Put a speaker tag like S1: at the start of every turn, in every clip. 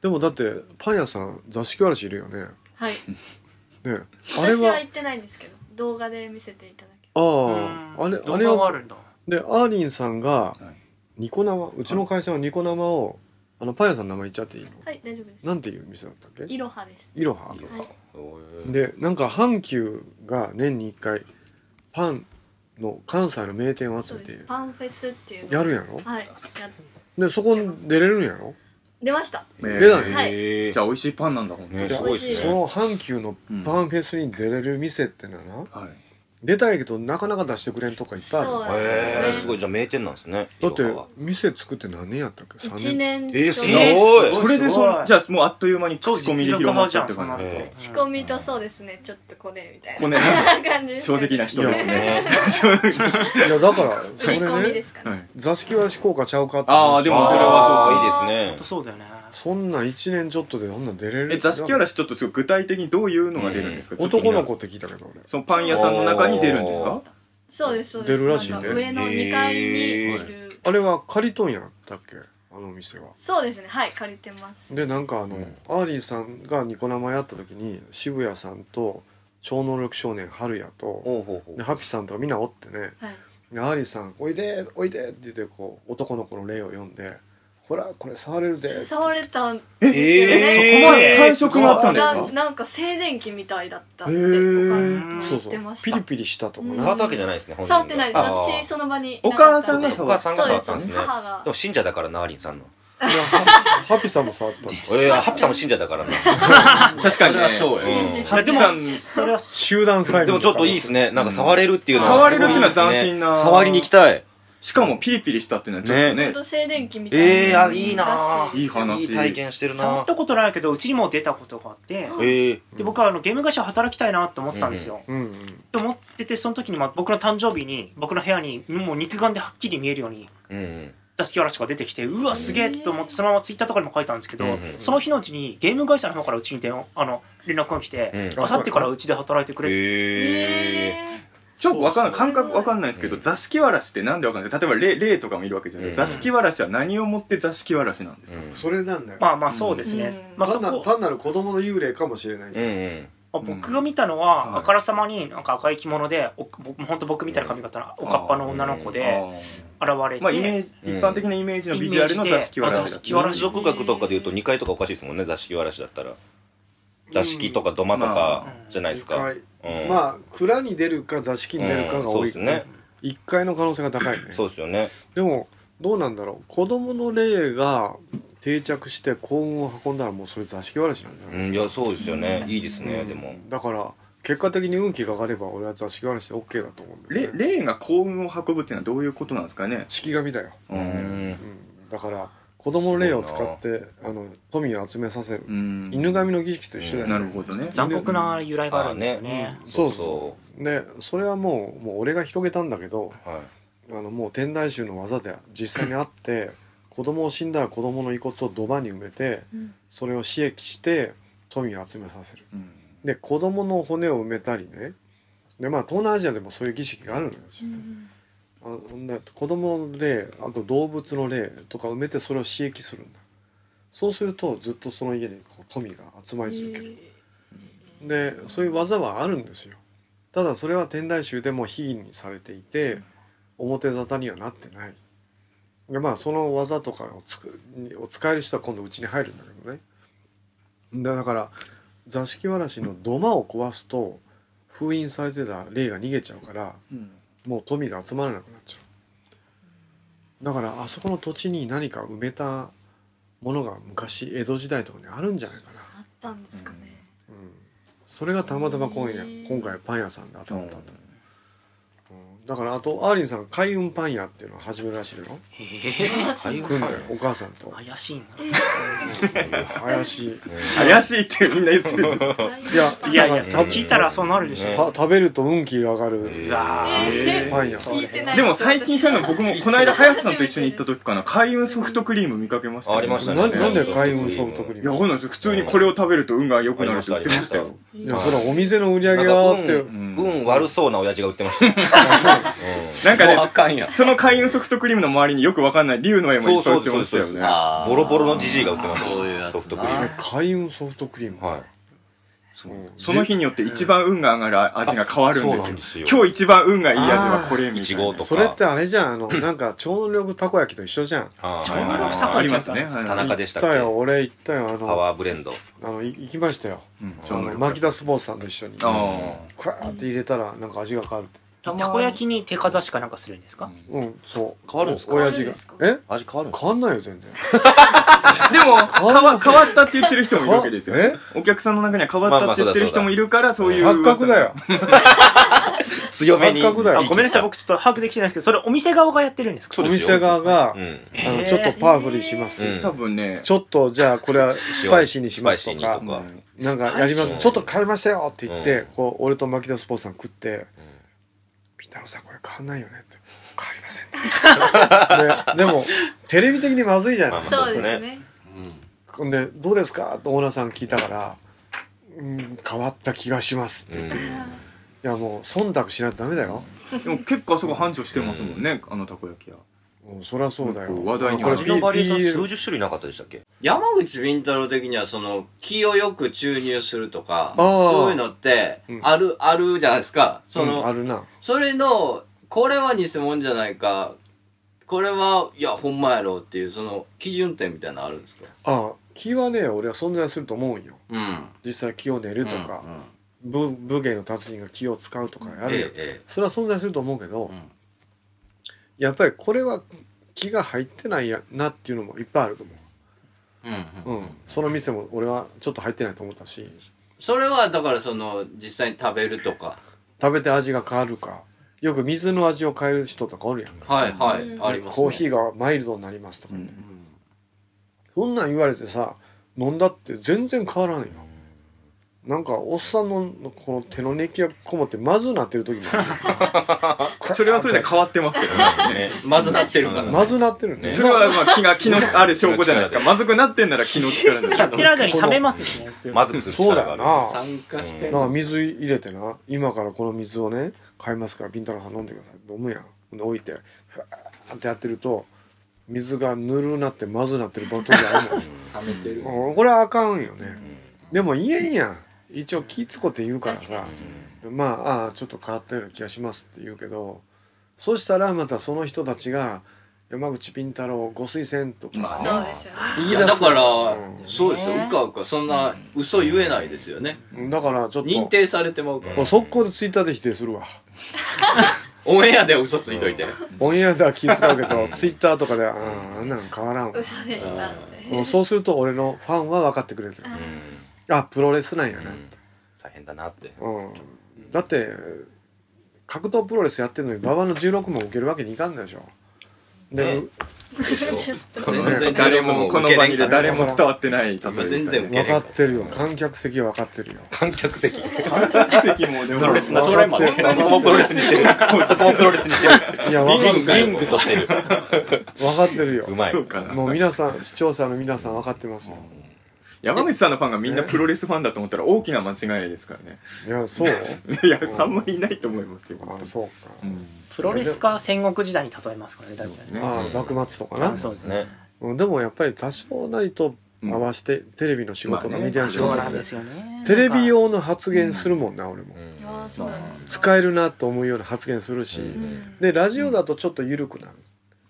S1: でもだってパン屋さん座敷わらしいるよね
S2: はい
S1: ねあれ
S2: 私は
S1: は
S2: 行ってないんですけど動画で見せていただき
S1: あ
S3: うん
S1: ああれあれ
S3: 動画があ
S1: は
S3: るんだ
S1: でアーリンさんが
S4: はい
S1: ニコ生うちの会社のニコ生をあのパン屋さんの名前言っちゃっていいの
S2: はい大丈夫です
S1: なんていう店だったっけ
S2: いろはです
S1: いろはい
S4: ろはおー
S1: でなんか阪急が年に1回パンの関西の名店を集
S2: そう
S1: め
S2: です
S1: て
S2: パンフェスっていうの
S1: やるんやろ
S2: はいや
S1: でそこに出れるんやろ
S2: 出ました
S4: えー
S1: 出ない
S2: はい
S4: えーじゃあ美味しいパンなんだ本当に
S5: ね
S1: じゃあ
S5: すごいです
S1: そ
S5: ね
S1: の阪急のパンフェスに出れる店ってのはな
S4: はい
S1: 出たいけどなかなか出してくれんとかいっぱいある
S2: そう
S5: へえすご
S2: い
S5: いじゃあ名店なんですね
S1: だって
S5: いろはは
S1: 店作って何年やったっけ3
S2: 1
S1: 年
S2: 年
S5: えー
S2: ちょ
S5: す
S2: う
S5: ご
S2: ど
S5: い
S4: えそれですそ
S3: ごい
S4: のじゃあもうあっという間に
S3: 超
S4: 口コミ
S3: 実力
S4: で広ま
S3: 派
S4: っ
S3: じ
S4: ちゃ
S3: ゃ
S4: っ
S3: ん
S4: て
S3: そ
S4: 感
S3: の
S4: じ
S3: 人
S5: え
S2: 仕込みとそうですねちょっとこねみたいな
S4: こね
S2: 感じです
S4: 正
S2: かね
S4: 直な人です
S1: い
S4: ね
S1: いやだ からそ
S2: 振り込み
S1: れ
S2: で
S1: ね
S2: すか
S4: は
S2: ね
S4: い
S1: 座敷わらし効果ちゃうかって
S4: あーでもそれは
S2: そう
S5: あーいい
S3: 本
S5: で
S3: 当
S5: す
S3: そうだよね
S1: そんな1年ちょっとであんなん出れる
S4: え座敷わらしちょっとすごい具体的にどういうのが出るんですか、ちょっと気
S1: 男
S4: にな
S1: の
S4: る
S1: 子って聞いたけど俺
S4: そのパン屋さんの中に出るんですか
S5: お
S2: そうですそうです
S1: 出るらしいね
S2: なんか上の2階にいる
S1: あれは借りとんやったっけあのお店は
S2: そうですねはい借りてます
S1: でなんかあの、
S4: うん
S1: アーリーさんがニコ生やった時に渋谷さんと超能力少年春也と
S5: おうほうほ
S1: でハピさんとかみんなおってね
S2: はい
S1: でアーリーさん「おいでおいで」って言ってこう男の子の霊を読んで「ほらこれ触れるで」
S2: 触れたん
S5: え
S4: そこまで
S5: え
S4: 感触もあったんです
S2: な
S4: か
S2: なんか静電気みたいだったってお
S4: へ
S2: 母さ
S4: ー
S2: んが
S1: そ
S2: 言
S1: う
S2: っ
S1: そ
S2: てま
S1: う
S2: し
S1: ピ
S2: た
S1: リピリしたとか
S2: う
S5: ー
S2: ん
S1: な、
S5: 触ったわけじゃないですね本人が
S2: 触ってないです
S5: あー
S2: 私その場に
S4: お母さん
S5: そ
S4: が
S5: うかお母さんが
S2: そう
S5: 触
S2: で
S5: ったんです
S2: す
S5: ね
S2: 母が
S5: でも信者だからなアーリンさんの
S1: いやハハピさんも触った
S5: えー、ハッピさんも信者だからな
S4: 確かに
S5: それ
S4: ね
S5: はそうよ
S4: ん
S5: 信じ
S4: ハッピさん
S3: それはし
S1: 集団催眠
S5: でもちょっといいですね。なんか触れるっていうの
S4: 触れるっていうのは
S5: すごいいいですね
S4: 斬新な
S5: 触りに行きたい。
S4: しかもピリピリしたっていうのはちょっと
S2: ほん
S4: ね
S2: と静電気みたいな
S5: ええあ、いいなぁ
S4: いい話
S5: いい体験してるな
S3: 触っ
S5: ぁ
S3: たことないけどうちにも出たことがあって
S5: ええ
S3: で僕はあのゲーム会社働きたいなと思ってたんですよ、
S1: うんうん
S3: と思っててその時にまあ僕の誕生日に僕の部屋にもう肉眼ではっきり見えるように
S5: うんうん。
S3: 座敷わらしが出てきてうわすげえと思ってそのままツイッターとかにも書いたんですけど、
S5: うんうん
S3: その日のうちにゲーム会社の方からうちに電話あの連絡が来
S5: う
S3: て
S5: ん。
S3: あさってからうちで働いてくれって、
S5: ええ
S2: え
S4: ちょっとわかんない感覚わかんないですけど、
S5: うん
S4: 座敷わらしってなんでわかんない例えば霊霊とかもいるわけじゃない、
S5: うん
S4: 座敷わらしは何をもって座敷わらしなんですか、
S1: それなんだよ、
S3: まあまあそうですね、
S2: うん
S3: まあそ
S1: 単な
S3: こ
S1: 単なる子供の幽霊かもしれない、
S5: うんうん。
S3: あ僕が見たのは、あからさまになんか赤い着物でお僕本当僕みたいな髪型のおかっぱの女の子で
S4: あ
S3: 現れ
S4: ー
S3: て、
S4: まあイメージ、
S5: うん
S4: 一般的なイメージのビジュアルの座敷わらしだ
S3: 座敷わらし
S5: 民族学とかで言うと2階とかおかしいですもんね、座敷わらしだったら。座敷とか土間とかじゃないですか。うん。
S1: まあ蔵に出るか座敷に出るかが多
S5: うん
S1: い、
S5: そうですね
S1: 1階の可能性が高いね
S5: そうですよね。
S1: でもどうなんだろう子供の霊が定着して幸運を運んだらもうそれ座敷わらしなんじゃ
S5: う
S1: ない、
S5: ん、いや、そうですよね。いいですね、
S1: うん
S5: でも。
S1: だから結果的に運気が上がれば俺は座敷わらしで OK だと思うんだ
S4: 霊
S1: よ、ね、
S4: 霊が幸運を運ぶっていうのはどういうことなんですかね、
S1: 式神だよ、
S5: う。
S1: うんん、だから子供の霊を使ってあの富を集めさせる、
S4: うん
S1: 犬神の儀式と一緒だよ、ね
S4: なるほどね
S3: 残酷な由来があるんですよね
S5: そ
S1: そうう
S5: そ
S1: そでそれはもうもう俺が広げたんだけど
S5: う。はい。
S1: あのもう天台宗の技で実際にあって子供を死んだら子供の遺骨を土場に埋めてそれを刺激して富を集めさせる
S4: うん
S1: で子供の骨を埋めたりねでまあ東南アジアでもそういう儀式があるのよ実際、あほんで子供の霊あと動物の霊とか埋めてそれを刺激するんだそうするとずっとその家にこう富が集まり続ける、でそういう技はあるんですよただそれは天台宗でも非議にされていて表沙汰にはなってないでまあその技とかをつくにを使える人は今度うちに入るんだけどねでだから座敷わらしの土間を壊すと封印されてた霊が逃げちゃうから
S4: うん
S1: もう富が集まらなくなっちゃうだからあそこの土地に何か埋めたものが昔江戸時代とかにあるんじゃないかな
S2: あったんですかね
S1: うんそれがたまたま今
S2: へ
S1: 夜
S2: ー
S1: 今回パン屋さんで当たったと、うんだからあとアーリンさん開運パン屋っていうのを始めるらしいよ
S3: へえ
S5: 開運
S1: 組んで
S5: パン屋
S1: お母さんと
S3: 怪しいな
S1: 怪しい
S4: 怪しいってみんな言ってるんです
S1: いや
S3: いやいや、
S1: だ
S3: そ
S1: か
S3: う
S1: ら
S3: 聞いたらそうなるでしょ。
S5: ね
S1: た食べると運気が上がる、
S5: え
S3: うわ
S2: え
S3: ー
S2: ー
S1: パン屋
S3: それ
S2: 聞いてない
S4: でも最近そういうの 僕もこの間林さんと一緒に行った時かな開運ソフトクリーム見かけましたよ
S5: ありましたね
S1: ななんで開運ソフトクリ
S4: い
S1: ー
S4: やわ
S1: ム
S4: かんないです普通にこれを食べると運が良くなるって言ってました
S5: あり
S4: よ
S5: ま
S1: いやそれはお店の売り上げがあって
S5: なんか運、運悪そうな親父が売ってました。
S4: なんか
S5: もうあ
S4: ね、
S5: かんやん。
S4: その開運ソフトクリームの周りによくわかんない竜の絵もいっぱい売ってました
S5: そうそう
S4: よ
S5: そう
S4: ね。
S5: そ
S6: あー
S5: ボロボロのジジイが売ってます
S6: そういうやつ
S5: ソ
S6: な
S5: フトクリーム
S1: 開運ソフトクリーム、
S5: はい。
S1: そう
S4: その日によって一番運が上がる味が変わるん
S5: そう
S4: で
S5: な
S4: す
S5: ん
S4: よ
S5: で。すよ。
S4: 今日一番運がいい味はこれみ
S5: い
S4: た
S5: ち
S4: いな。
S5: ごとか。
S1: それってあれじゃ んあのなんか超能力たこ焼きと一緒じゃん
S5: あー
S3: 超能力
S4: ありますね。
S5: 田中でしたっ
S1: 行
S5: け
S1: った
S5: パ
S1: よ俺行ったよあの
S5: ワーブレンド。
S1: あのい行きましたよ
S4: うん
S1: あのマキダスポーツさんと一緒にクワ
S4: あ
S1: ーって入れたらなんか味が変わるって
S3: たこ焼きに手かざしかなんかするんですか
S1: うんそう
S5: 変わるんですか
S1: お親父がえ
S5: 味変わるんですか
S1: 変わんないよ 全然
S4: あ。でも、変わ変わったって言ってる人もいるわけですよ
S1: え。
S4: お客さんの中には変わったって言ってる人もいるから、そういう。
S1: 錯覚だよ。
S5: 強めに。
S1: 感覚だよ
S3: あごめんなさい僕ちょっと把握できてないですけどそれお店側がやってるんですか
S5: そう
S1: お
S5: ですよ
S1: 店側が
S5: う、
S1: あ
S5: ん。
S3: へ
S1: の
S3: ー
S1: ちょっとパワフルにします、
S5: うん
S4: 多分ね、
S1: ちょっとじゃあこれはスパイシーにします
S5: ス
S1: と
S5: パイシー
S1: か
S5: にとか。
S1: なんかやりま
S5: スパイシ
S1: す
S5: ー
S1: ちょっと変えましたよって言って、
S5: うん
S1: こう俺とマキダスポーツさん食って「ピンタロウさんこれ変わんないよね」って「変わりませんね」ででもテレビ的にまずいじゃないですか、
S2: そ
S5: そう
S2: で
S5: うですすね
S2: ね。
S1: ほんで「どうですか?」とオーナーさん聞いたから「うん変わった気がします」って言って、
S5: うん
S1: いやもう忖度しないとダメだよ、
S4: でも結構あそこ繁盛してますもんね、あのたこ焼き屋。
S1: うんそりゃそうだよ
S4: うん話題に
S5: これ
S4: これ
S5: 味のバリエーション
S1: PL
S5: 数十種類なかったでしたっけ
S6: 山口敏太郎的にはその気をよく注入するとか
S1: あー
S6: そういうのって
S1: うん
S6: ある、あるじゃないですかその、
S1: うんあるな
S6: それのこれは偽物じゃないかこれはいやほんまやろっていうその基準点みたいなのあるんですか
S1: あ気はね俺は存在すると思うんよ
S6: うん
S1: 実際気を練るとか
S6: う、んうん
S1: 武武芸の達人が気を使うとかやるよ、
S6: ええ
S1: それは存在すると思うけど、
S6: ええうん
S1: やっぱりこれは気が入ってないやなっていうのもいっぱいあると思
S6: うん
S1: う、うんその店も俺はちょっと入ってないと思ったし
S6: それはだからその実際に食べるとか
S1: 食べて味が変わるかよく水の味を変える人とかおるやんか、
S6: はいはい、
S2: うん
S6: あります、ね、
S1: コーヒーがマイルドになりますとか、
S4: うん
S1: そんなん言われてさ飲んだって全然変わらんよなんかおっさんのこの手の熱気がこもってまずなってる時も ある
S4: それはそれで変わってますけどね。
S5: ね
S6: まずなってるか
S5: う
S6: ら、
S5: ん
S1: まずなってるね
S5: ね
S4: それはまあ気が気のある証拠じゃないですか。まずくなってんなら気の力なん
S3: やっ
S4: です
S3: て
S4: よ
S3: る間に冷めますしね
S5: まずくする
S1: そうだ
S5: 力
S1: よ
S5: があ
S1: な
S6: 参加して
S1: なんか水入れてな今からこの水をね買いますからビンタロウさん飲んでください飲むやんほんで置いてふわーってやってると水がぬるなってまずなってるボトルがある
S6: 冷めてる、
S1: のもう これはあかんよね
S5: る。うん
S1: でも言えんやん一応気ぃつこって言うからさまあああちょっと変わったような気がしますって言うけどそしたらまたその人たちが山口ピン太郎ご推薦とか
S2: そうですよね。
S1: 言い
S6: い
S1: 出
S6: や
S1: す
S6: だから、
S1: うん
S6: そうですようかうかそんな嘘言えないですよね、
S1: だからちょっと
S6: 認定されてまうから、
S1: もう速攻でツイッターで否定するわ
S6: オンエアで嘘ついといて、
S1: オンエアでは気遣うけどツイッターとかで「あーあんなの変わらんわ」
S2: 嘘でしたっ
S1: も
S2: て。
S1: うそうすると俺のファンは分かってくれる
S5: うん
S1: あプロレスなんや
S5: う
S1: な、
S5: ん大変だなって。
S1: うんだって格闘プロレスやってるのに馬場の16も受けるわけにいかんのでしょで、
S5: ね
S6: ち
S2: ち
S6: ょ
S2: ょ
S6: っ
S2: っ
S6: と
S2: と
S6: 全然
S4: 誰もこの場にいる
S6: 誰
S4: 誰も伝わってない例えば
S6: 今全然
S1: 分かってるよ観客席は分かってるよ
S5: 観客席。
S4: 席もでも
S5: プロレスな
S1: それまで
S5: そこもプロレスにしてる。そこもプロレスにしてる。
S1: いや分か
S5: リン
S1: っ
S5: グリングとしてる。
S1: 分かってるよ
S5: うまい。
S4: そうかな
S1: もう皆さん視聴者の皆さん分かってますよ
S4: 山口さんのファンがみんなプロレスファンだと思ったら大きな間違いですからね
S1: いやそう
S4: いやあんまりいないと思いますよ、
S1: あそうか、
S4: うん
S3: プロレスか戦国時代に例えますからね大体ね
S4: ね
S1: あ
S5: うん
S1: 幕末とか
S3: あ
S1: な
S3: そうですね
S5: ね。
S1: うんでもやっぱり多少なりと回して、テレビの仕事
S4: ま
S1: が
S4: あね
S1: メディアの仕
S3: そう
S1: 事
S3: な
S1: っ
S3: ん
S1: て
S3: ですよね
S1: テレビ
S3: を
S1: 用の発言するもんな、俺も
S5: うん
S2: ああそうなんです。
S1: 使えるなと思うような発言するし、
S5: う
S2: うん。
S1: でラジオだとちょっと緩くなる、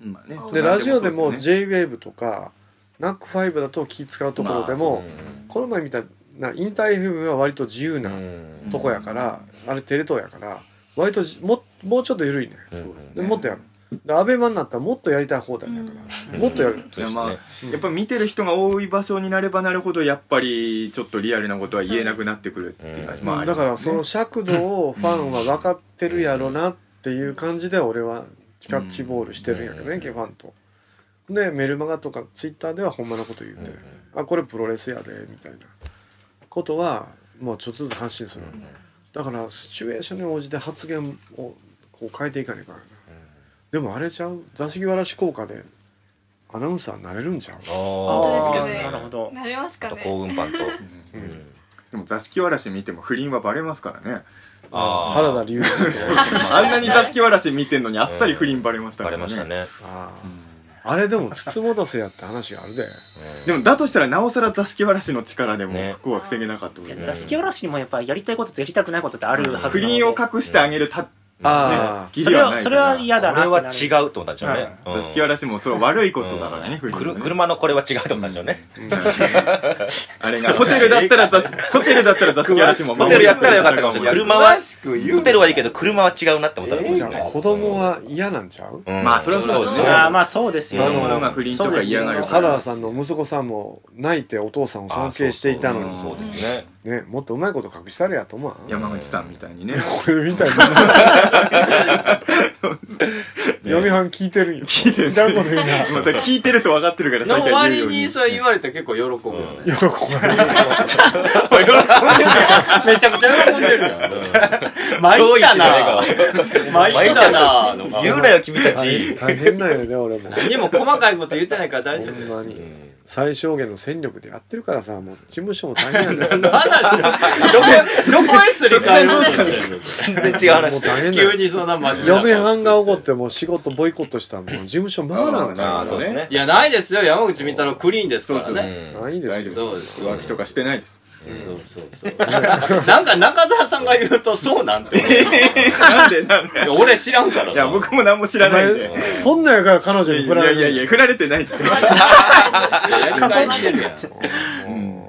S4: うんまあね
S2: うん
S1: でラジオで
S4: そう
S1: も
S4: ですね
S1: JWAVE とか NAC5 だと気使うところでも、
S5: うん
S1: この前見たなインター FM は割と自由な
S5: うん
S1: とこやから、あれテレ東やから割とじももうちょっと緩いね
S5: うん
S1: でもっとやるでアベマになったらもっとやりたい放題だから、
S5: うん
S1: もっとやる、
S5: そうですね
S4: まあやっぱ見てる人が多い場所になればなるほどやっぱりちょっとリアルなことは言えなくなってくるっていう感じ、
S5: うん
S4: まあありま
S1: だ
S4: す
S1: か
S4: ね
S1: らその尺度をファンは分かってるやろなっていう感じで俺はキャッチボールしてるんやけどね、
S5: うん
S1: ゲファンと。でメルマガとかツイッターではほんまのこと言って、あこれプロレスやでみたいなことはもうちょっとずつ発信する、だからシチュエーションに応じて発言をこう変えていかねばな、でもあれちゃう座敷わらし効果でアナウンサーになれるんちゃう
S5: あー
S2: 本当ですけどね
S3: なるほど
S2: なりますか
S5: あと
S2: ね。
S5: 幸運パンと。
S4: でも座敷わらし見ても不倫はバレますからね
S5: あー
S1: 原田龍二と
S4: あんなに座敷わらし見てんのにあっさり不倫バレました
S5: バ
S4: か
S5: レ
S4: らね。
S5: ましたね。
S1: あーあれでも筒戻せやって話あるで
S5: うん
S4: でも、だとしたらなおさら座敷わらしの力でも
S5: ね
S4: 不幸は防げなかったこと
S3: いや
S4: ね
S3: 座敷わらしにもやっぱやりたいこととやりたくないことってあるはず
S4: 不
S3: なので
S4: 倫を隠してあげるた、ね、
S1: あー
S4: 義
S3: そ
S4: 理
S3: れ
S4: はないから
S3: はそれは嫌だ
S5: こ
S3: な
S5: れ
S3: って
S5: は
S3: なる
S5: 違うってことなんでしょうね。うん
S4: 座敷わらしもそう悪いことだからね、
S5: う
S4: 不
S5: ん
S4: 倫
S5: く
S4: は
S5: る
S4: ね
S5: 車のこれは違うってことなんでしょうね。
S4: あれがホテルだったら座敷ホテルだったら座敷わらしも
S5: ホテルやったらよかったかもしれない。車は
S6: 詳、しく言う
S5: ホテルはいいけど、車は違うなって思ったら
S6: え
S1: じゃあ子供、は嫌なんちゃう
S5: うん
S4: まあそれはそうですね
S3: あーまあそうですよ
S5: 子供
S4: のが不倫とか嫌がる
S1: 原田さんの息子さんも泣いてお父さんを尊敬していたの
S5: あ
S1: に
S5: そうそうそうですね。
S1: ね、もっとうまいこと隠したれやと思わん
S4: 山口さんみたいにね
S1: これみたいな 読み版聞いてるんよ
S4: 聞いてる
S1: みたいなこと言うな
S4: もうそれ聞いてると分かってるから
S6: の
S4: 最近
S6: 割
S4: 言うよう
S6: にそれ言われたら結構喜ぶよね。
S1: 喜ばれる
S6: めちゃくちゃ喜んでるやん。
S5: 今
S6: 参
S5: 日
S6: っ
S5: 一
S6: た
S5: の
S6: な
S5: 笑
S6: 参ったなの
S5: 顔。
S6: 顔
S5: 言うなよ、君た
S1: 大
S5: ち。
S1: 大変なんよね俺も
S6: 何も細かいこと言ってないから大
S1: ほ
S6: 丈夫。
S1: んま
S5: う
S1: に
S5: ん
S1: 最小限の戦力でやってるからさもう事務所も大変やね
S6: 何の話どこ、どこへすり替えました
S5: 全然違う
S1: も
S5: 話
S1: う。大変だ
S6: 急
S1: よ
S6: にそんな真面目な顔
S1: 嫁はんが怒ってもう仕事ボイコットしたらもう事務所回らん
S5: あ
S1: か
S5: あ、
S1: ら
S5: そうですね
S6: い。や、ないですよ。山口みたいなクリーンですから
S4: そうそう
S6: ね。
S5: う
S1: ない
S4: 大
S1: で
S4: 丈
S1: すよ
S4: 夫です浮気とかしてないです
S6: そうそうそう。 なんか中澤さんが言うとそうなんて思う。
S4: なんでなんで
S6: いや俺知らんから
S4: いや
S6: さ。
S4: 僕も何も知らないんで
S1: お前そんなんやから彼
S4: い
S1: 女
S4: や
S1: に
S4: い
S1: 振ら
S4: や
S1: れ
S4: いや
S1: る
S4: いや振られてないですよ
S6: やり返してるやん。
S1: うん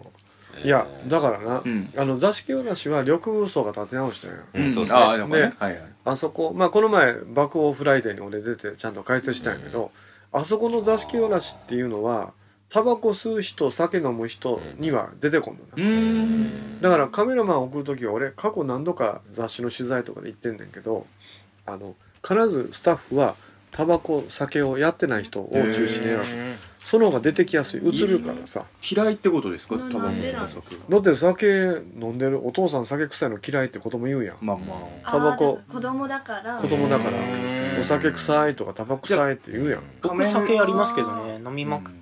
S1: いやだからな、
S4: うん
S1: あの座敷わらしは緑風荘が立て直したんや
S5: んうん、そうです
S4: ああ
S5: ね。
S4: でもね
S1: ね
S4: はいはい
S1: あそこまあこの前爆豪フライデーに俺出てちゃんと解説したんやけど、あそこの座敷わらしっていうのはタバコ吸う人酒飲む人には出てこんのな、
S5: う
S4: うーん
S5: ん
S1: だからカメラマン送る時は俺過去何度か雑誌の取材とかで言ってんねんけどあの必ずスタッフはタバコ酒をやってない人を中心に選ぶその方が出てきやすい映るからさ
S4: 嫌いってことですか
S2: な
S4: タバコ
S2: なん
S5: で
S4: の
S2: なん
S4: 不足
S1: だって酒飲んでるお父さん酒臭いの嫌いって子供言うやん
S4: まあまあ
S2: あー
S1: タバコ
S2: だから子供
S1: 子供だ
S2: だから
S1: から
S5: うん
S1: お酒臭いとかタバコ臭いって言うやん
S3: 僕酒やりますけどね飲みまくっ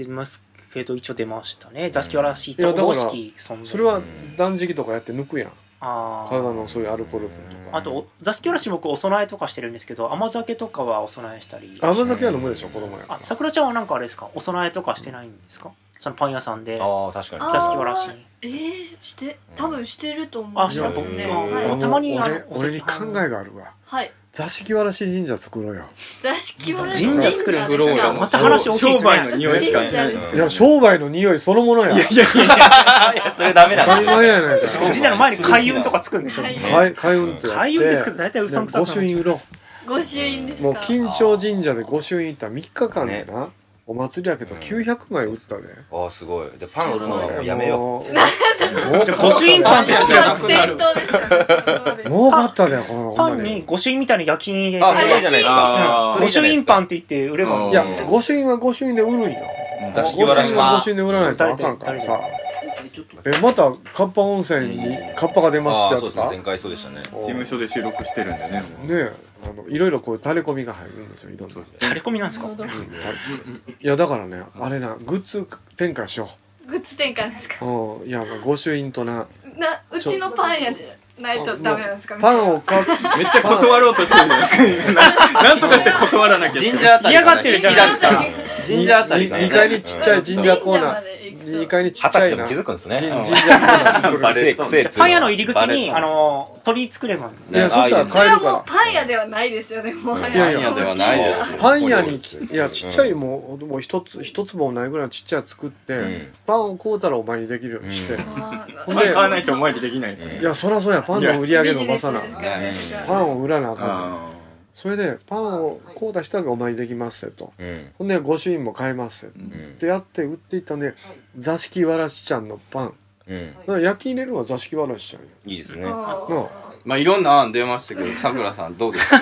S3: てますけど一応出ましたね座敷わらしと
S1: いやだから
S3: 方式存在
S1: それは断食とかやって抜くやん
S3: あー
S1: 体のそういうアルコール分とか
S3: あとお座敷わらし僕お供えとかしてるんですけど甘酒とかはお供えしたり
S1: 甘酒は飲むでしょ子供やか
S3: あ
S1: ら
S3: さくらちゃんはなんかあれですかお供えとかしてないんですかそのパン屋さんで
S5: ああ、確か
S2: あ
S5: に。
S2: ー
S3: 座敷わらし
S2: えー、して多分してると思い
S3: あ
S2: ま
S3: し
S2: す
S3: た
S2: ね
S3: 僕
S5: ね
S1: あ
S5: う
S1: の
S5: ん
S3: たまにあの
S1: 俺
S3: お赤飯
S1: 俺に考えがあるわ
S2: はい
S1: 座敷わらし神社作ろうよ
S2: 座敷わらし
S3: 神社作る
S2: 神
S3: 作ろうよまた話大きいですね
S4: 商売の匂いしかしないです
S5: うん
S1: いや商売の匂いそのものや
S5: それダメ
S1: 当たり
S5: だ。
S1: 前やないか
S3: 神社の前に開運とかつくんでしょ
S2: 開運
S1: 開開運ってやって
S3: 開運ですけど大体うさんくさ
S1: ね
S3: く
S1: 御朱
S3: なる
S1: 印売ろ
S2: ご朱印です
S1: う
S2: か
S1: もう緊張神社で御朱印行ったら3日間でな、お祭りやけど
S5: うん
S1: 900枚売ったで、
S5: ああ、すごい。で、パン売るのはもうやめよ
S1: もう
S3: じゃあ御朱印パンって
S2: そ
S3: 作
S2: れは伝
S3: る
S2: 統ですよねそうです
S1: 儲かったでこの
S3: パ
S1: ほん
S3: ン
S1: まに
S3: に御朱印みたいな夜勤入れ
S5: う。あ、そ
S3: て
S5: れいいじゃないですか
S4: あ。ー
S5: そ
S3: 御
S5: れいいじ
S3: 朱印
S5: ゃないですか
S3: パンって言って売れば
S1: いや御朱印は御朱印で売るんよ
S5: 座敷
S1: 御
S5: わ
S1: 朱
S5: らし
S1: 印
S5: は
S1: は御朱印で売らないとあかんからさえまたカッパ温泉にカッパが出ますっ
S5: あ
S1: て
S5: あ、
S1: や
S5: そうで
S1: つ
S5: すね。
S1: か
S5: 前回そうでしたね。
S1: お
S4: 事務所で収録してるんでね
S1: ねえあのいろいろこう垂れ込みが入るんですよいろんな
S4: そう
S1: 垂
S4: です
S3: 垂れ込みなんですか
S2: グ
S1: れいやだからねあれなグッズ展開しよ
S2: ッズ転換ですか
S1: ううんいや御朱印とな
S2: なうちのパン屋でないとダメなんですか
S1: パンを 買って
S4: めっちゃ断ろうとしてるんですよななんとかして断らなきゃ
S6: 神社あたり
S3: 嫌がってるじゃないですか
S6: 神社あたりがね
S1: 2階にちっちゃい神社コーナ
S2: 神社まで行く
S1: ー2階にち
S5: 二
S1: っち
S5: 十
S1: ゃいな
S5: 歳でも気づ
S1: 神
S5: くんです
S1: 神社コーナ
S5: ね。
S1: ー作る
S5: バレ癖
S3: パン屋の入り口
S5: バレ
S3: にあの鳥作れば
S1: いやそしたら
S2: それ
S1: 買え
S2: は
S1: る
S2: もう
S1: か
S2: パン屋ではないですよねもうあれ
S1: いやいや
S6: パン屋ではないです
S1: らパン屋に
S5: うん
S1: いやちっちゃいもうもう一つ一坪もないぐらいのちっちゃい作って、
S5: ん
S1: パンを買うたらお前にできるようにして、
S5: うん
S2: あー
S1: ほん
S4: パン
S1: で
S4: 買わないとお前にできないですね
S1: いやそらそうやパンの売り上げ伸ばさな
S2: ビジネスですから
S1: パンを売らなあかんねん
S4: あ
S1: それでパンを買うた人がお前にできますよと
S5: うん。
S1: ほんで御朱印も買いますよ
S5: う
S1: っ
S5: ん
S1: てやって売っていったんで座敷わらしちゃんのパン
S5: うん。
S1: だから焼き入れるのは座敷わらしちゃんよ
S5: いいですね。
S2: あー
S1: なあ
S6: まあいろんな案出ましたけど、さくらさんどうですか
S2: い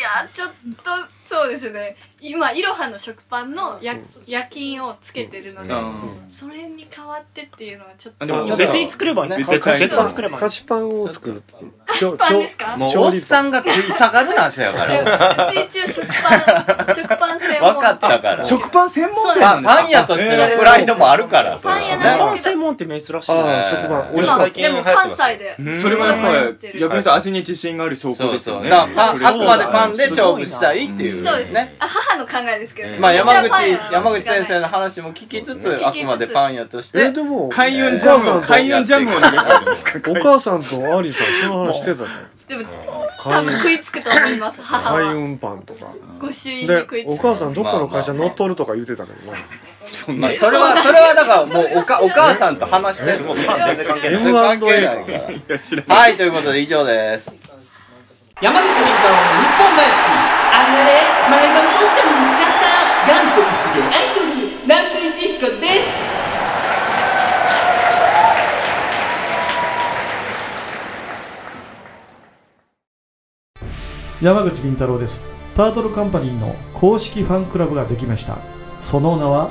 S2: やちょっとそうですね今いろはの食パンのや夜勤をつけてるの
S4: ー
S2: で、
S4: あ
S2: それに変わってっていうのはちょっと
S4: ーでも
S1: あ
S3: 別に作ればいいんですか
S4: 別に
S3: 別パン作ればいいん
S1: 菓
S3: です
S1: 子パンを作る
S2: 菓子パンですか
S6: もう
S1: 調理
S6: おっさんが食い下がるなんせやから。
S2: うち一応食パン 食パン専門
S6: 分かったから。
S4: 食パン専門
S2: そう
S4: 店
S2: です
S4: な
S6: あ
S4: ん
S6: パン屋としてのプライドもあるから、それ
S2: パン屋
S6: は
S2: な
S3: か
S2: ん
S3: 専門ンって珍しいね。
S1: あー食パン
S5: 今
S1: 美味しかっ
S5: 最
S1: た
S5: 近
S2: で
S5: 流行
S2: も
S5: って
S2: 関
S5: ます
S2: 西
S5: ね。
S2: で
S4: うんそれはやっぱ
S2: はい
S4: り逆に言うと味に自信がある証拠
S6: そう
S4: です
S6: そ
S4: よ
S6: う。
S4: ね
S6: だからパン、あ
S3: そう
S6: く
S3: だ
S6: までパンで勝負したいっていう。
S4: ん
S2: そうですね
S6: ね。
S2: あ母の考えですけどね
S6: まあ
S5: うん
S6: 山
S2: 私はパン
S6: 口
S2: や、
S6: 山口先生の
S2: の
S6: 話も聞き
S5: そ
S6: つ
S5: う
S6: つ、
S5: です
S2: ね
S6: あくまでパン屋として
S1: え、でも、お
S4: 開運ジャムを、開運ジャムを握ったんですか
S1: 母さんとアリーさん、その話してたね。
S2: でも多
S1: 開
S2: 分
S1: 運、
S2: 食いつくと思います母
S1: 開
S2: は
S1: 運パンとか。
S2: ご朱印に
S1: で
S2: 食い、つ
S1: お
S2: く
S1: 母さんどっかの会社乗っ取るとか言ってたけどな。
S4: そん
S6: ま
S4: な
S6: あ、それは、それはだからもう おか、お母さんと話してる
S5: もう全然関係ない。
S1: M&A
S6: 関係ない
S1: とか。
S6: か
S4: いや知ら
S6: ら。
S4: ない
S6: はい、ということで以上です。
S7: 山口み太郎の日本大好きあれあれ前髪どっかに行っちゃった元祖薄毛アイドル南部一彦です
S8: 山口敏太郎ですタートルカンパニーの公式ファンクラブができましたその名は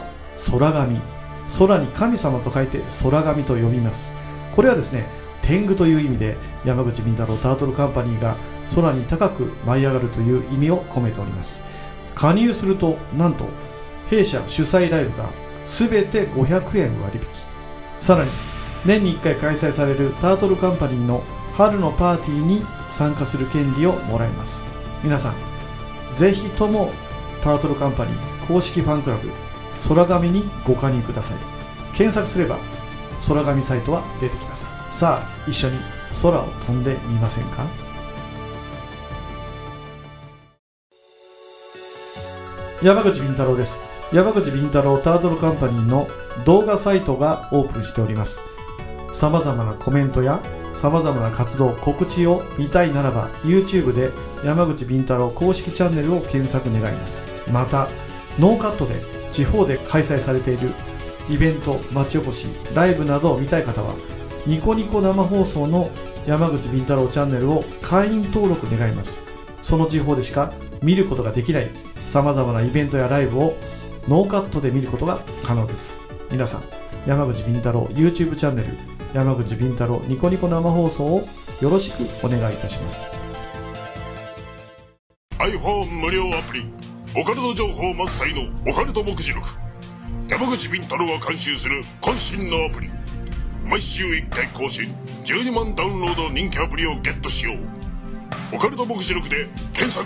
S8: 空神空に神様と書いて空神と呼びますこれはですね天狗という意味で山口敏太郎タートルカンパニーが空に高く舞い上がるという意味を込めております加入するとなんと弊社主催ライブが全て500円割引さらに年に1回開催されるタートルカンパニーの春のパーティーに参加する権利をもらえます皆さんぜひともタートルカンパニー公式ファンクラブ空紙にご加入ください検索すれば空紙サイトは出てきますさあ一緒に空を飛んでみませんか山口敏太郎です山口敏太郎タートルカンパニーの動画サイトがオープンしておりますさまざまなコメントやさまざまな活動告知を見たいならば YouTube で山口敏太郎公式チャンネルを検索願いますまたノーカットで地方で開催されているイベント町おこしライブなどを見たい方はニコニコ生放送の山口敏太郎チャンネルを会員登録願いますその地方でしか見ることができないさまざまなイベントやライブをノーカットで見ることが可能です皆さん山口敏太郎 YouTube チャンネル山口敏太郎ニコニコ生放送をよろしくお願いいたします
S9: iPhone 無料アプリオカルト情報満載のオカルト目次録山口敏太郎が監修する渾身のアプリ毎週1回更新12万ダウンロードの人気アプリをゲットしようオカルト目次録で検索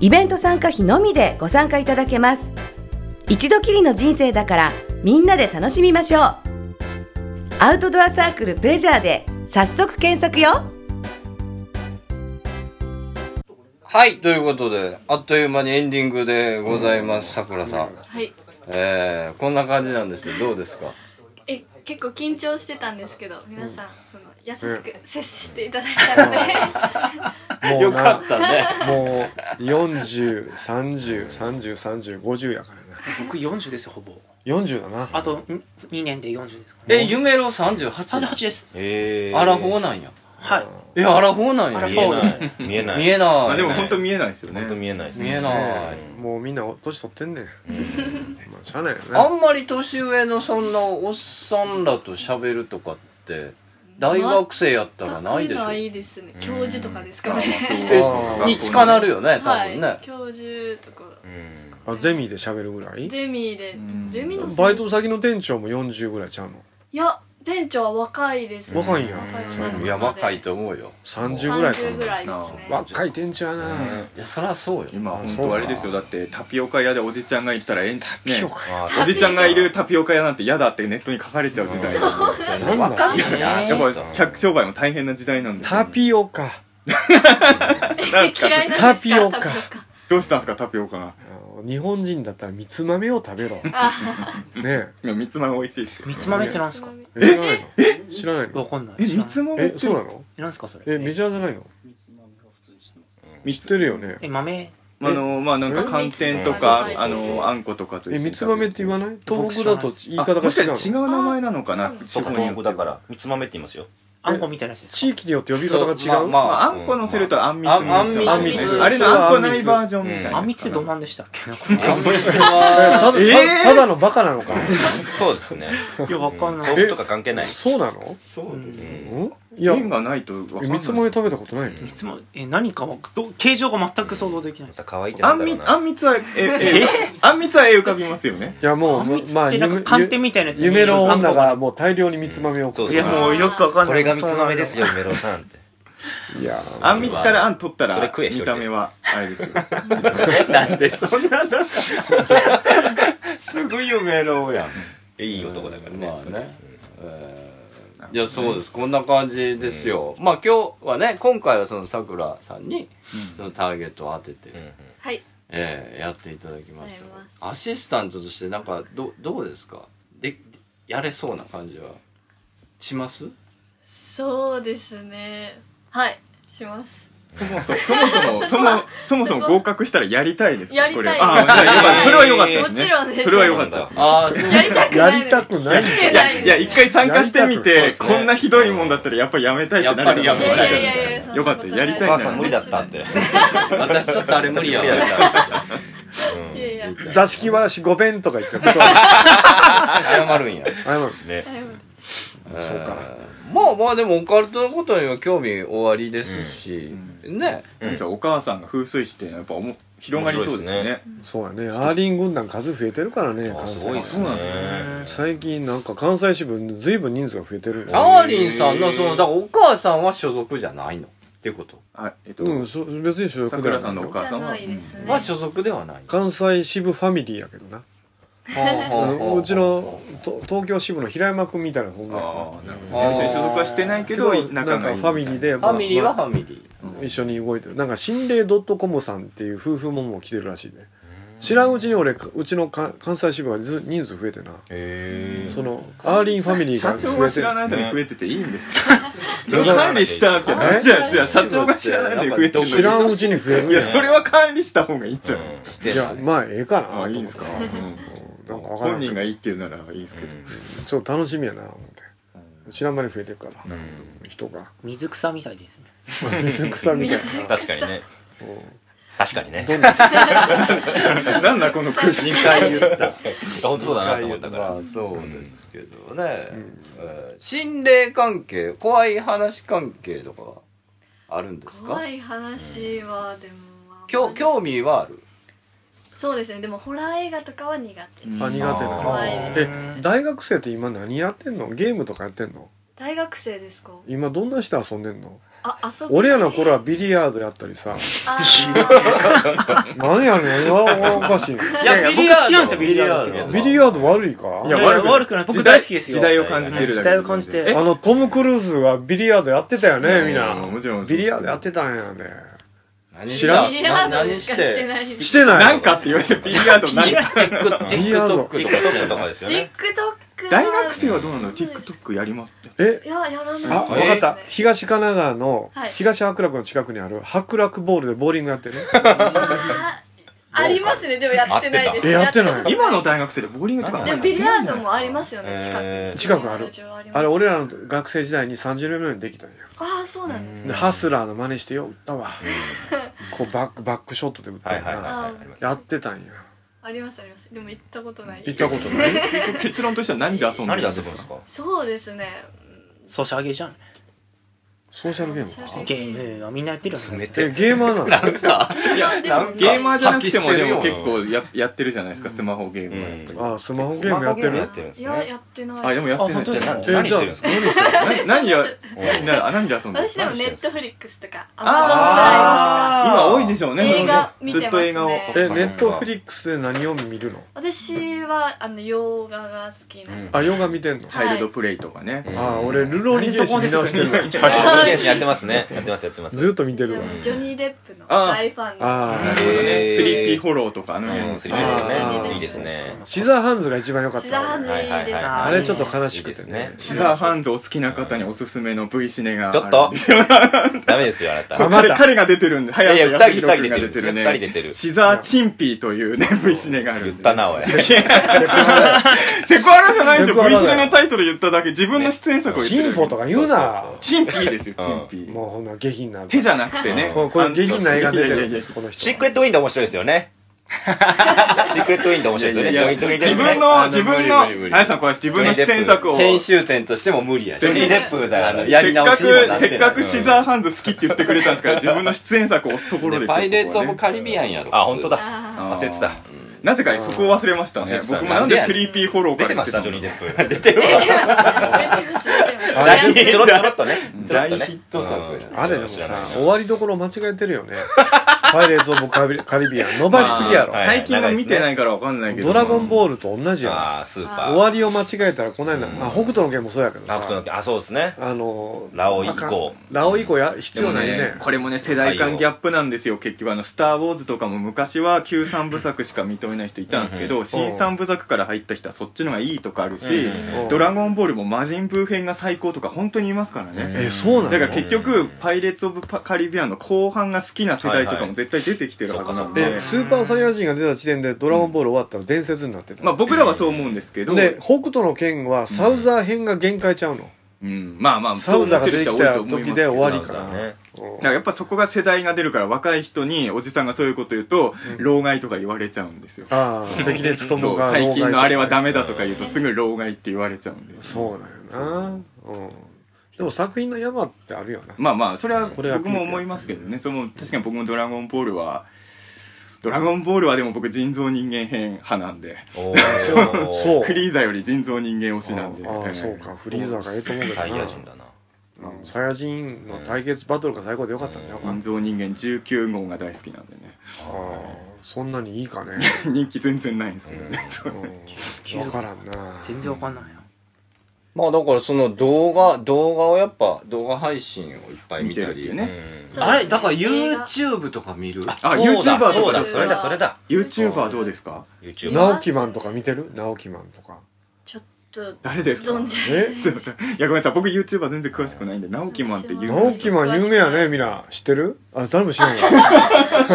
S10: イベント参加費のみでご参加いただけます一度きりの人生だからみんなで楽しみましょうアウトドアサークルプレジャーで早速検索よ
S6: はい、ということで、あっという間にエンディングでございます、さくらさん。
S2: はい
S6: えー、こんな感じなんですよ。どうですか
S2: え結構緊張してたんですけど皆さんその優しく接していただいたので
S1: もう
S6: よ
S1: な
S6: かっ、たね。
S1: もう40、30、30、30、50やからな。
S3: 僕40ですよ、ほぼ。
S1: 40だな。
S3: あと、ん2年で40ですかね。
S6: え、夢郎 38?
S3: 38です。
S5: えー。
S6: アラフォーなんや。
S3: はい。
S6: え、アラフォーなん
S3: アラフ
S6: や。
S5: 見え
S3: ォー
S5: ない。見えない。
S6: 見え
S5: い。
S6: な
S4: ま
S6: い。
S4: あでも本当見えないですよね
S5: 本当見えないです
S6: 見えない
S1: もうみんな年取ってんねん。まあ、しゃあないよ
S6: あ
S1: ね。
S6: んまり年上のそんなおっさんらと喋るとかって、大学生やったらないで
S2: 全
S6: し
S2: くない
S6: ょ。
S2: ですね教授とかですか
S4: まあ
S2: ね
S1: あ
S6: に近なる
S4: よ
S6: よね、多
S2: はい
S6: 分ね。
S2: 教授とか
S5: うん。
S1: あゼミで喋るぐらい
S2: ゼミで
S4: ん
S2: ゼミの先生
S1: バイト先の店長も40ぐらいちゃうの
S2: いや店長は若いですね
S1: 若いんや
S2: です
S1: そう
S6: いや、若いと思うよ。
S1: 30ぐらいか
S2: 30ぐらいですね
S1: 若い店長やない
S6: や、そりゃそうよ。
S4: 今本当あれですよだってタピオカ屋でおじちゃんがいたらえんタ
S1: ピオカ
S5: まあ
S4: おじちゃんがいるタピオカ屋なんて嫌だってネットに書かれちゃう時代やっ
S1: なんだ
S2: 若い
S5: いや
S4: ぱ客商売も大変な時代なんですよ
S1: タピオカ
S4: なんですか
S2: 嫌いなんです
S1: タ
S2: か
S1: ピオカ
S4: どうしたんですかタピオカが
S1: あの日本人だったらみつ豆を食べろね
S2: あ
S1: え
S4: 今三つ豆美味しいですよ
S3: 三つ豆ってなんですか
S1: 知らないの知らないの
S3: わかんない。
S4: え
S3: 知らな
S4: 三
S3: い
S4: つ豆
S1: え
S4: って
S1: そうなの
S3: えなんですか、それ。
S1: えメジャーじゃないの
S5: うん
S1: 知ってるよね
S3: え、豆
S4: あのまあなんか寒天とかあのあんことかと一緒
S1: え
S4: に
S1: みつ豆って言わない東北だと言い方が違う
S4: もしかして違う名前なのかな
S5: そうか東北だからみつ豆って言いますよ
S3: あんこみたいなやつです
S1: 地域によって呼び方が違う
S5: そうまあまあ
S4: あんこのせるとあんみつ
S5: あんあんみつ
S4: あんみつあれのあんこないバージョンみたいな
S3: あんみつってどんなんでしたっけ
S5: あんみつ
S1: た
S5: は
S1: だ
S5: えー
S1: ただのバカなのか
S5: そうですね
S3: いやわかんない
S5: 豆腐とか関係ない
S1: そうなの
S4: そうです
S1: うんいや
S4: 麺がないとわかんない
S1: みつ豆食べたことないの
S3: いつもえ何かはど形状が全く想像できないです
S5: 可愛いって
S4: あ
S5: なんんだろう
S4: み
S5: な
S4: あんみつはええあんみつは絵浮かびますよね
S1: いやもうまあ
S3: ってなんか寒天みたいなやつに
S1: 夢の女がもう大量にみつ豆を送っ
S5: そう
S1: て
S5: いやもう
S3: よくわかんない
S5: これがみつ豆ですよメロさんって
S1: いや
S4: あんみつからあん取った
S5: それ
S4: ら
S5: 食え一人
S4: 見
S5: で
S4: た目はあれですよ
S5: なんでそんなの
S4: すごいよメロウやん
S5: いい男だからね
S6: まあね。えーいや、そうです。こんな感じですよ。まあ今日はね、今回はそのさくらさんに、そのターゲットを当てて、
S5: うんうん
S2: はい
S6: えーやっていただきま
S2: あり
S6: した
S2: がとうございます。
S6: アシスタントとして、なんか、ど、どうですかで、やれそうな感じはします
S2: そうですねはいします
S4: そもそもそもそもそ もそもそも合格したらやりたいですか
S2: やりたい
S4: これはあーよかったそれは良かったですね
S2: もちろんです
S4: それは良かったです
S6: ああ、そう
S2: やりたく
S1: や
S2: ないの
S1: りたくない
S2: 来て
S4: いや
S2: ない
S4: いや一回参加して
S1: や
S4: み
S1: り
S4: て
S1: たく
S4: こんなひどいもんだったらやっぱりやめたいってなる
S6: やっぱりやめたい
S4: じゃない
S2: いやいや
S4: で
S2: い
S4: す
S2: や
S4: かよかったやり
S5: お
S4: たい
S5: 母
S4: な
S5: さん無理だったって
S6: 私ちょっとあれ無理やわ。
S2: いやいや
S1: 座敷わらしご弁とか言ってこと
S6: 謝るんや。
S1: 謝る
S5: ね
S6: そうか。まあまあでもオカルトのことには興味終わりですし、ね。
S4: でもさお母さんが風水師っていうのはやっぱおも広がりそうですね
S1: そうやねアーリン軍団数増えてるからね
S5: あ
S1: 関
S5: すごい
S1: 西
S5: ですね
S4: そうなんで
S1: 最近なんか関西支部ずいぶん人数が増えてるよね
S6: アーリンさんの、その、だからお母さんは所属じゃないのっていうこと
S4: あえっと
S1: うんそ別に所
S4: さ
S1: 属
S4: く
S1: で
S4: ら
S1: は
S4: さんのお
S1: ない
S4: 母さんは
S2: じゃないですね
S6: は所属ではない。
S1: 関西支部ファミリーやけどなうんうちのと東京支部の平山君みたいなそんな
S4: ああなるほど
S6: あー
S4: 事務所に所属はしてないけ
S1: け
S4: ど
S1: どなんか
S4: 仲がいい
S1: ファミリーで
S6: ファミリーはフ
S1: まあ
S6: ァミリ
S1: まあ一緒に動いてるなんか心霊 .com さんっていう夫婦ももう来てるらしいね知らんうちに俺うちのか関西支部がず人数増えてな
S5: へ
S1: そのアーリンファミリー
S4: 社
S1: が
S4: 長
S1: 増
S4: が
S1: えて
S4: 知
S1: る
S4: らないのに増えてていいんですかそれ管理したってなっちゃうんですよ社長が知らないのに増えてる
S1: 知らんうちに増える
S4: いやそれは管理した方がいいんじゃないです
S6: ーして
S1: じ
S6: な
S1: ゃあ
S6: い。
S1: まあええかなと
S4: か
S1: 思
S4: あ
S1: っ
S4: い
S1: て
S4: いですか
S1: うんなんかわからん
S4: 本
S1: けど
S4: 人がいいって言うならいいですけど
S1: ちょっと楽しみやな思って知らん間に増えてるから人が
S3: 水草みたいですね
S1: 水草みたい な
S5: 確かにね確かにね
S4: なんだこの空気
S6: 2回言った。
S5: 本当そうだなと思ったか
S6: ま
S5: ら
S6: あそうですけどね。えー心霊関係、怖い話関係とかはあるんですか
S2: 怖い話はでもまあ
S6: 興興味はある
S2: そうですねでもホラー映画とかは苦手
S1: あ苦手な
S2: 怖いです
S1: え大学生って今何やってんのゲームとかやってんの
S2: 大学生ですか
S1: 今どんな人遊んでんの
S2: あ遊び
S1: 俺らの頃はビリヤードやったり さ
S2: あー
S1: 何やねんおおかしい
S6: い
S3: やいや
S6: ビリヤー
S3: 僕好
S6: ド
S3: きなんですよビリヤード
S6: ビ
S1: ビリヤード悪いか
S4: いや
S3: いやいや
S4: 悪
S3: 悪
S4: く
S3: く
S4: な
S3: ないい僕大好きですよ
S4: 時代時代を感じてるだけ
S3: 時代を感じて
S4: え
S1: あのトム・クルーズがビリヤードやってたよねみんな
S4: うんもちろんもちろ
S1: ビ
S4: ん
S1: リヤードやってたんやね
S6: 何し
S1: 知らん
S2: ビリヤード
S6: 何
S2: で
S6: し
S2: しかして
S6: て
S2: ない
S1: してない
S4: なんかって言われてビリヤードなんか
S6: TikTok とかして
S5: TikTok
S6: る
S5: と
S6: の
S5: かですよね
S2: TikTok は
S4: 大学生はどうなの TikTok やりますって
S1: え
S2: いややらない
S1: あ、わ
S2: です
S1: かった
S2: ね。
S1: 東神奈川の
S2: はい
S1: 東白楽の近くにある白楽ボールでボーリングやってる。
S2: あーありますねでもやってないです
S1: えやってない
S2: たこと
S4: 今の大学生でボーリングとかあん
S2: で
S4: まや
S2: も
S4: って
S2: ビ
S4: ないん
S2: リ
S4: じゃな
S2: ヤ
S4: い
S2: ー
S4: です
S2: ド
S4: か
S2: もありますよね近く
S5: えー
S1: 近くあるあ
S2: あ
S1: れ
S2: れ
S1: 俺らの学生時代に30年前にできたんよ。
S2: ああそうなんです
S1: でハスラーの真似してよ打ったわ。こうバックバックショットで打った
S5: は
S1: よ
S5: いはいはい
S1: な。
S5: はいあります
S1: やってたんや。
S2: ありますありますでも行ったことない
S1: 行ったことない。
S4: 結論としては何で遊んで
S5: 何
S4: るん
S5: で遊
S4: で
S5: ぶ
S4: す
S5: んで
S4: か
S5: すか
S2: そうですね
S3: ソシャゲじゃん
S1: ソーシャルゲームか。
S3: ゲームはみんなやってるよね
S1: えゲーマーなの。
S4: いや
S2: なんでも
S4: ゲーマーじゃなくても
S5: 発揮して
S4: で
S5: るよ
S4: も結構ややってるじゃないですかスマホゲームはやっぱり
S1: あスマホゲームやって
S5: スマホゲームや
S1: る
S5: ってるんです
S2: い
S5: ね
S2: ややってない
S4: あでもやってない
S3: あ本当
S4: じ
S3: です
S4: ゃ
S3: か
S4: あな
S1: え
S5: 何
S1: じゃあ
S5: してるんですか
S4: 何何やな何で遊んでる
S2: 私でもネットフリックスとかアマ
S4: あー今多いでしょう
S2: ゾン
S4: ね
S2: プライムとか映画見てますね
S4: ずっと映画を
S1: えネットフリックスで何を見るの？
S2: 私はあの洋画が好きな
S5: うん
S1: あヨガ見てんの。
S4: チャイルドプレイとかね
S1: あ俺ルローニケーシ見直してる。
S3: 好きじゃん
S5: ニー天使やってますね。やってます、やってます。
S1: ずっと見てるわ。
S2: ジョニー・デップの大ファンの
S1: ああ、
S4: なるほどね
S5: えー
S4: スリーピーホローとかあの
S5: う
S4: 辺
S5: ん、スリーピーホロー
S1: あ
S5: ね。
S1: ー
S5: いいですね。
S1: シザーハンズが一番良かっ
S2: シザーハ
S1: た
S2: ンズいい
S5: はいはい
S2: です
S5: はい
S2: ね
S1: あれちょっと悲しく
S5: いいです
S1: て
S5: ね
S1: ね
S4: シザーハンズお好きな方におすすめの V シネがあ
S5: ち
S4: る
S5: ょっと
S4: んですよ
S5: ダメですよ、あな
S1: あ
S5: た。
S1: ま
S4: 彼
S1: た
S4: 彼が出てるんで
S5: いやいや、
S4: 早
S5: 二
S4: く
S5: 人、二人出てるんですよ。
S4: ね
S5: 二人出てる。
S4: シザーチンピーというね V シネがあるんで
S5: 言ったな、おい。
S4: セクハラじゃないでし
S1: セク
S4: ょ
S1: ハ
S4: V
S1: ラ
S4: シ
S1: だよ
S4: ネのタイトル言っただけ自分の出演作を言ってる
S1: チンポとか言うな
S4: チンピーですよ
S5: うん
S4: チンピー
S1: もうほんな下品な
S4: 手じゃなくてね
S1: こうこう下品な映画出て
S4: いや
S1: るん
S4: いや
S1: で
S4: い
S1: すこの人
S5: シークレットウィンドウ面白いですよね。シークレットウィンドウ面白いですよね。
S4: や
S5: ドキドキ
S4: 自
S5: ドキ
S4: 分
S6: あ
S4: の
S6: の
S4: 自分
S6: 無理無理無
S4: の
S6: 理
S4: あやさんこれ自分の出演作を
S6: 編集点としても無理やし。
S4: ジョニー
S6: デップだからや
S4: せ
S6: り
S4: っかく
S6: 直しにもなってない
S4: せっかくシザーハンズ好きって言ってくれたんですから自分の出演作を押すところ
S6: で
S4: ですよ
S6: パイレーツ・オ
S4: こ
S6: ブ・
S4: こはね
S6: カリビアンやろ。
S5: あ、本当だ。
S2: あ
S4: あー
S5: 忘れてた。
S4: なぜかそこを忘れました
S5: 忘れ
S4: ね
S5: てた
S4: 僕もなんで
S6: なんで
S4: 3P フォローか
S5: 出てま
S4: ら言っ
S5: してた、
S4: たの
S5: ジョニー・デップ。出てるわ。
S2: ー出てます出てます
S5: 大ちょろちょろっとね。ちょろっ
S6: 大
S5: とね
S6: ヒット作や。
S1: あれでも
S5: 知らな
S1: さ
S5: い
S1: 終わりどころ間違えてるよね パイレーツ・オブ・カリカリビアン伸ばしすぎやろ
S5: まあ
S4: 最近の見てないからわかんないけど
S1: ドラゴンボールと同じや
S5: あー、スーパ
S1: ろ
S5: ー。
S1: 終わりを間違えたらこないなあ北斗の拳もそうやけど
S5: ラプト
S1: さ
S5: のあ、そうですね。
S1: あの
S5: ラオウ以降
S1: ラオウ以降や必
S4: でも
S1: 要ない
S4: ね
S1: ね
S4: これもね世代間ギャップなんですよ結局あの「スター・ウォーズ」とかも昔は旧三部作しか認めない人いたんですけど新三部作から入った人はそっちの方がいいとかあるし
S1: うん
S4: 「ドラゴンボール」も「魔人ブー編」が最高とか本当にいますから
S5: うん
S4: ね
S1: えそうな
S4: だから
S1: の
S4: 結局「パイレーツ・オブ・カリビアン」の後半が好きな世代とかも絶対出てきてるはずなん
S1: で
S4: で
S1: スーパーサイヤ人が出た時点でドラゴンボール終わったら伝説になってた
S4: まあ僕らはそう思うんですけど
S1: で北斗の拳はサウザー編が限界ちゃうの
S4: うんまあまあ
S1: サ
S4: そ
S1: ウ
S4: う
S1: ザー
S4: 思っ
S1: が出
S4: てる
S1: て
S4: 人は
S1: きた
S4: 多いと思います
S1: 時
S4: け
S1: で
S4: ど
S1: 終わりかな
S5: そうだね
S1: うん
S4: だからやっぱそこが世代が出るから若い人におじさんがそういうこと言うと、老害とか言われちゃうんですよ
S1: ああ関根勤
S4: そう
S1: が
S4: 最近のあれはダ
S1: メ
S4: メだとか言うとすぐ老害って言われちゃうんですよ
S1: そうなんよなうんでも作品の山ってあるよな
S4: まあまあそれは
S1: これは
S4: 僕も思いますけどねその確かに僕も「ドラゴンボールは」ドラゴンボール」はでも僕人造人間編派なんで
S5: おー
S1: そう
S4: フリーザより人造人間推しなんで
S1: ああ
S4: え
S1: あ
S4: え
S1: あそうかフリーザーがええと思うけどな
S5: サイヤ人だな。
S1: うんサイヤ人の対決バトルが最高でよかったんだよ
S4: 人造人間19号が大好きなんでね
S1: ああそんなにいいかね
S4: 人気全然ないんですけどね、
S1: うんわからんな
S3: 全然わかんないな
S6: まあだからその動画、動画をやっぱ、動画配信をいっぱい見
S4: 見て
S6: た
S4: るってい
S6: り
S4: う。
S5: う
S4: ね
S5: ん
S2: そう
S6: あれ、だから YouTube とか見る
S4: あ
S5: そうだ
S4: YouTuber
S5: そ
S4: と
S5: う
S4: か
S5: だ、
S4: です
S5: そ
S4: ね
S5: れだ、それだ。
S4: YouTuber どうですか
S5: YouTube。
S1: ナオキマンとか見てるナオキマンとか
S2: ちょっと
S4: 誰ですか
S2: 存じ上げ
S1: え
S4: いやごめんなさい僕 YouTuber 全然詳しくないんでナオキマンって
S1: ナオ
S4: いう
S1: キマン有名やねみんな知ってるあ誰も知ら ない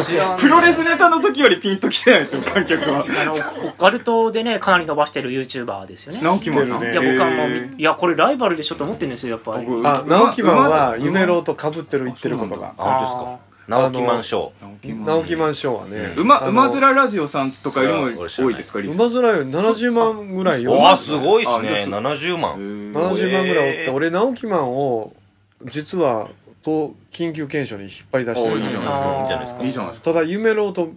S6: 知らん
S4: プロレスネタの時よりピンときてないですよ観客は
S3: あのオカルトでねかなり伸ばしてる YouTuber ですよね
S4: ナオキマンさん
S1: 知っ
S3: い
S1: て
S3: や
S1: る
S3: 僕はも
S4: へ
S3: ういやこれライバルでしょと思ってるんですよやっぱり
S4: 僕
S1: あナオキマンは夢郎と被ってる言ってることが
S5: あ、本当ですか。ナオキマンショー。
S1: ナオキマンショーはね
S4: うま
S1: あの
S4: うまずらラジオさんとかよりも
S5: それは
S4: 多いですかリ
S1: う
S4: スナー
S1: まずらより70万ぐらいよ
S5: おーすごいっすね
S4: あ
S5: 70万
S1: 70万ぐらいおっ
S5: え
S1: て
S5: ー
S1: 俺直木マンを実はと緊急検証に引っ張り出して
S4: おいいじゃ
S1: る
S4: ん
S5: いいんじゃないですか
S4: いいじゃないですか
S1: ただ夢郎と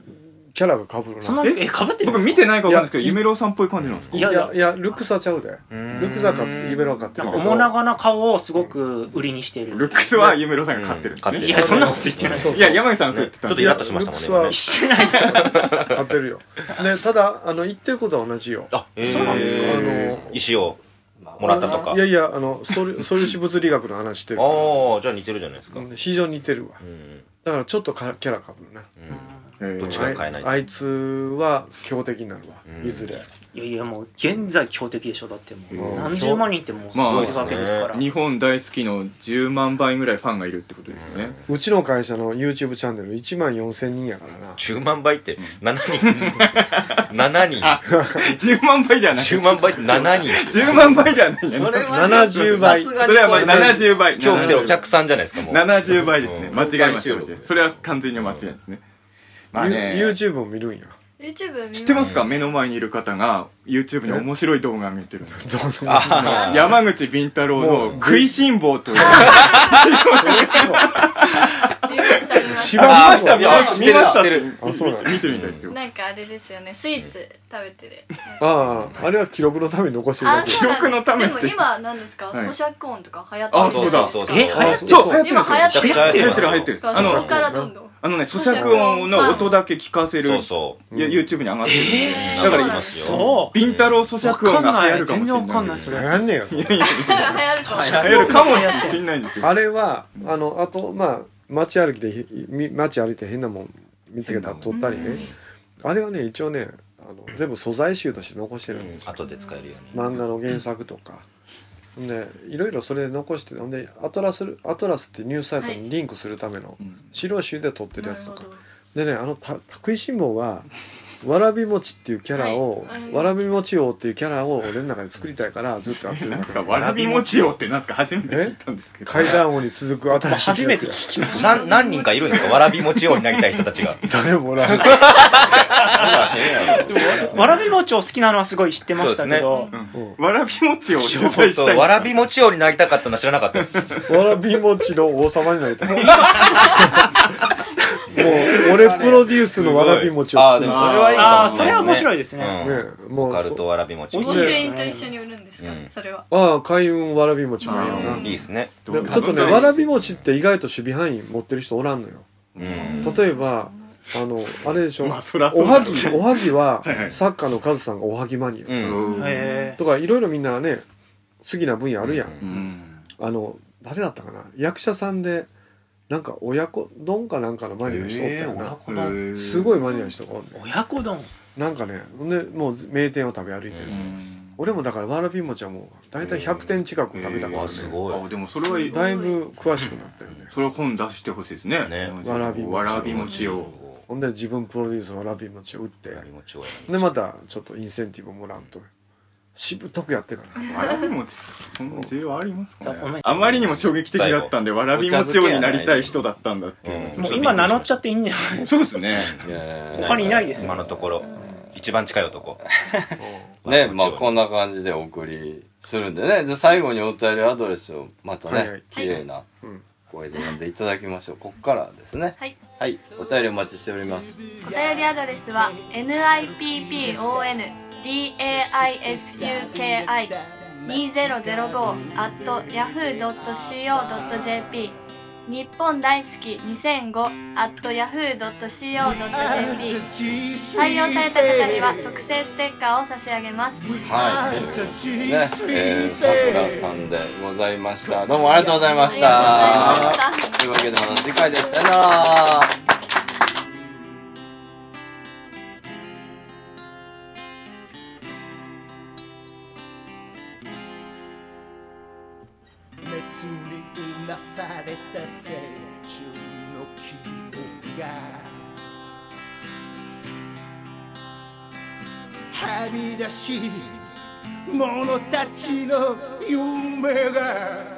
S1: キャラが被る
S3: そ
S1: な
S3: のえかぶってるんで
S4: 僕
S3: すか
S4: 見てないか分かんないですけど夢郎さんっぽい感じなんですか
S3: い
S1: い
S3: や
S1: や
S3: い
S1: い
S3: や
S1: やいやルックサちゃうでルックサか夢郎かって
S3: なん
S1: る
S3: か
S1: けど
S3: 面長な顔をすごく売りにして
S4: ル
S3: る
S4: ックスは夢郎さんが勝ってるんです
S5: うん
S4: ね
S5: 勝
S3: いやそんなこと言ってない
S1: そう
S4: いや山口さんはそう言って
S5: ち
S4: た
S5: ょ
S4: ん
S5: っとイラッとしましたもんね
S1: いや
S5: 今
S1: ルッ
S5: ね
S1: クス
S3: してないですよ
S1: 勝てるよでただあの言ってることは同じよ
S5: あ
S3: そうなんですか
S1: あ
S5: え
S1: の
S5: ー石をもらったとか
S1: いやいやあの素粒素粒子物理学の話してるから
S5: ああじゃあ似てるじゃないですか
S1: うん非常に似てるわ
S5: うん
S1: だからちょっとかキャラ被るな
S4: へ
S5: どっ
S4: ー
S5: ちが変えない
S1: あいつは強敵になるわ
S5: うん
S1: いずれ
S3: いやいやもう現在強敵でしょだっても
S1: う
S3: うん何十万人ってもうす
S4: まあ
S3: ごいわけですから、
S4: 日本大好きの10万倍ぐらいファンがいるってことですよね
S1: うちの会社の YouTube チャンネル1万4000人やからな
S5: 10万倍って7人7人
S4: 10万倍ではない
S5: 10万倍って7人
S4: 10万倍ではないそれ
S1: 70倍
S4: それはまあ70倍
S5: 今日来てるお客さんじゃないですかもう
S4: 70倍ですね
S5: うん
S4: 間違えました
S6: うん
S4: 間違えましたそれは完全に間違いですねまあね
S1: YouTube も見るんや
S2: YouTube
S4: 知ってますすか目の前にいる方が YouTube に面白い動画見てる んです
S5: あー
S4: 山口敏 太郎の「食いしん坊」という
S2: 見ました見
S1: 芝生
S2: ま
S4: 見ました見ました
S1: 見ました
S4: 見ました
S1: あそうなんだ
S4: 見てみたいですよ
S2: なんかあれですよねスイーツ食べてる
S1: あああれは記録のために残してるだ
S2: あ
S1: け
S2: そうなんですでも
S1: て
S2: 今何ですか
S1: はい
S2: 咀嚼音とか流行ってる
S4: あ、そうだ。
S2: え
S4: あ
S2: 流
S4: そう、
S2: 行ってる
S4: 流行って
S2: 今流行
S4: る。流
S2: っ
S4: 行ってて
S2: る
S4: る、流行ってる。
S2: そうそこからどん どん
S4: あのね、咀嚼音の音だけ聞かせる。そうそう。YouTube に上がってる。だから今、
S3: そ
S4: ビンタロウ咀嚼音が流行るかもしれない。
S1: わかんないそれやんねえよそれ
S4: 流行るかもしれないんですよ。
S1: あれはあのあとまあ街歩きでひみ街歩いて変なもん見つけたら取ったりねあれはね一応ねあの全部素材集として残してるんですよ
S5: 後で使えるように
S1: 漫画の原作とかでいろいろそれで残してほんでアトラスアトラスってニュースサイトにリンクするための資料集で撮ってるやつとかでねあのた食いしん坊はわらび餅っていうキャラを、
S4: はい
S1: わらび餅王っていうキャラを俺の中で作りたいからずっとやってるんです
S4: かわらび餅王ってなんですか初めて
S1: 聞いたんですけど階段王に続く新しい
S5: 初めて聞きました何何人かいるんですかわらび餅王になりたい人た ちが
S1: 誰もおらん
S3: わらび餅を好きなのはすごい知ってましたけど、
S4: わらび餅を
S3: 取材したい
S5: わらび餅王になりたかったのは知らなかったです
S1: わらび餅の王様になり たいもう俺プロデュースのわらび餅を
S5: あーでもそれはいいかもしれないですね
S1: あー
S5: うんオカルトわらび餅
S2: 御朱印と一緒に売るんですかそれは
S1: ああ開運わらび餅もいいよな
S5: うんいいですね
S1: でもちょっとねわらび餅って意外と守備範囲持ってる人おらんのよ例えばあのあれでしょ、
S4: まあそりゃそう
S1: お
S4: だ
S1: は
S4: ろう
S1: ぎ
S4: ね
S1: おはぎは
S4: はいはい
S1: サッカーのカズさんがおはぎマニア、
S4: うんへ
S1: とかいろいろみんなね好きな分野あるやん、あの誰だったかな役者さんでなんか親子丼かなんかのマニアの人おったよ
S3: へえ親
S1: な
S3: 子、丼
S1: すごいマニアの人がおんねん
S3: 親子丼
S1: なんかねほんでもう名店を食べ歩いてると、俺もだからわらび餅はもう大体100点近く食べたから、ね
S4: すごい。あ、でもそれはいい
S1: だいぶ詳しくなったよね
S4: それ本出してほしいですね。ね
S1: わらび餅
S4: わらび餅を。
S1: ほんで自分プロデュースのわらび餅を売ってでまたちょっとインセンティブもらうとしぶとくやって から
S4: わらび餅ってその需要ありますかね
S1: 前
S4: あまりにも衝撃的だったんで、わらび餅王になりたい人だったんだっていうの
S3: も
S4: が
S3: う今名乗っちゃっていいんじゃないですか。
S4: そうです
S6: ね
S3: 他にいないですね
S5: 今のところ一番近い男
S6: ね、まあこんな感じでお送りするんでね。じゃあ最後にお便りアドレスをまた
S5: はいはい
S6: ね、綺麗な声で読んでいただきましょう。こっからですね。
S2: はい。
S6: はい、お便りお待ちしております。
S2: お便りアドレスは nippon daisuki2005.yahoo.co.jp 日本大好き 2005.yahoo.co.jp 採用された方には特製ステッカーを差し上げます
S6: はい。ね、えー、さくらさんでございました。どうもありがとうございました。というわけでまた次回です。さよなら。
S11: 熱にうなされた青春の記憶がはみ出し者たちの夢が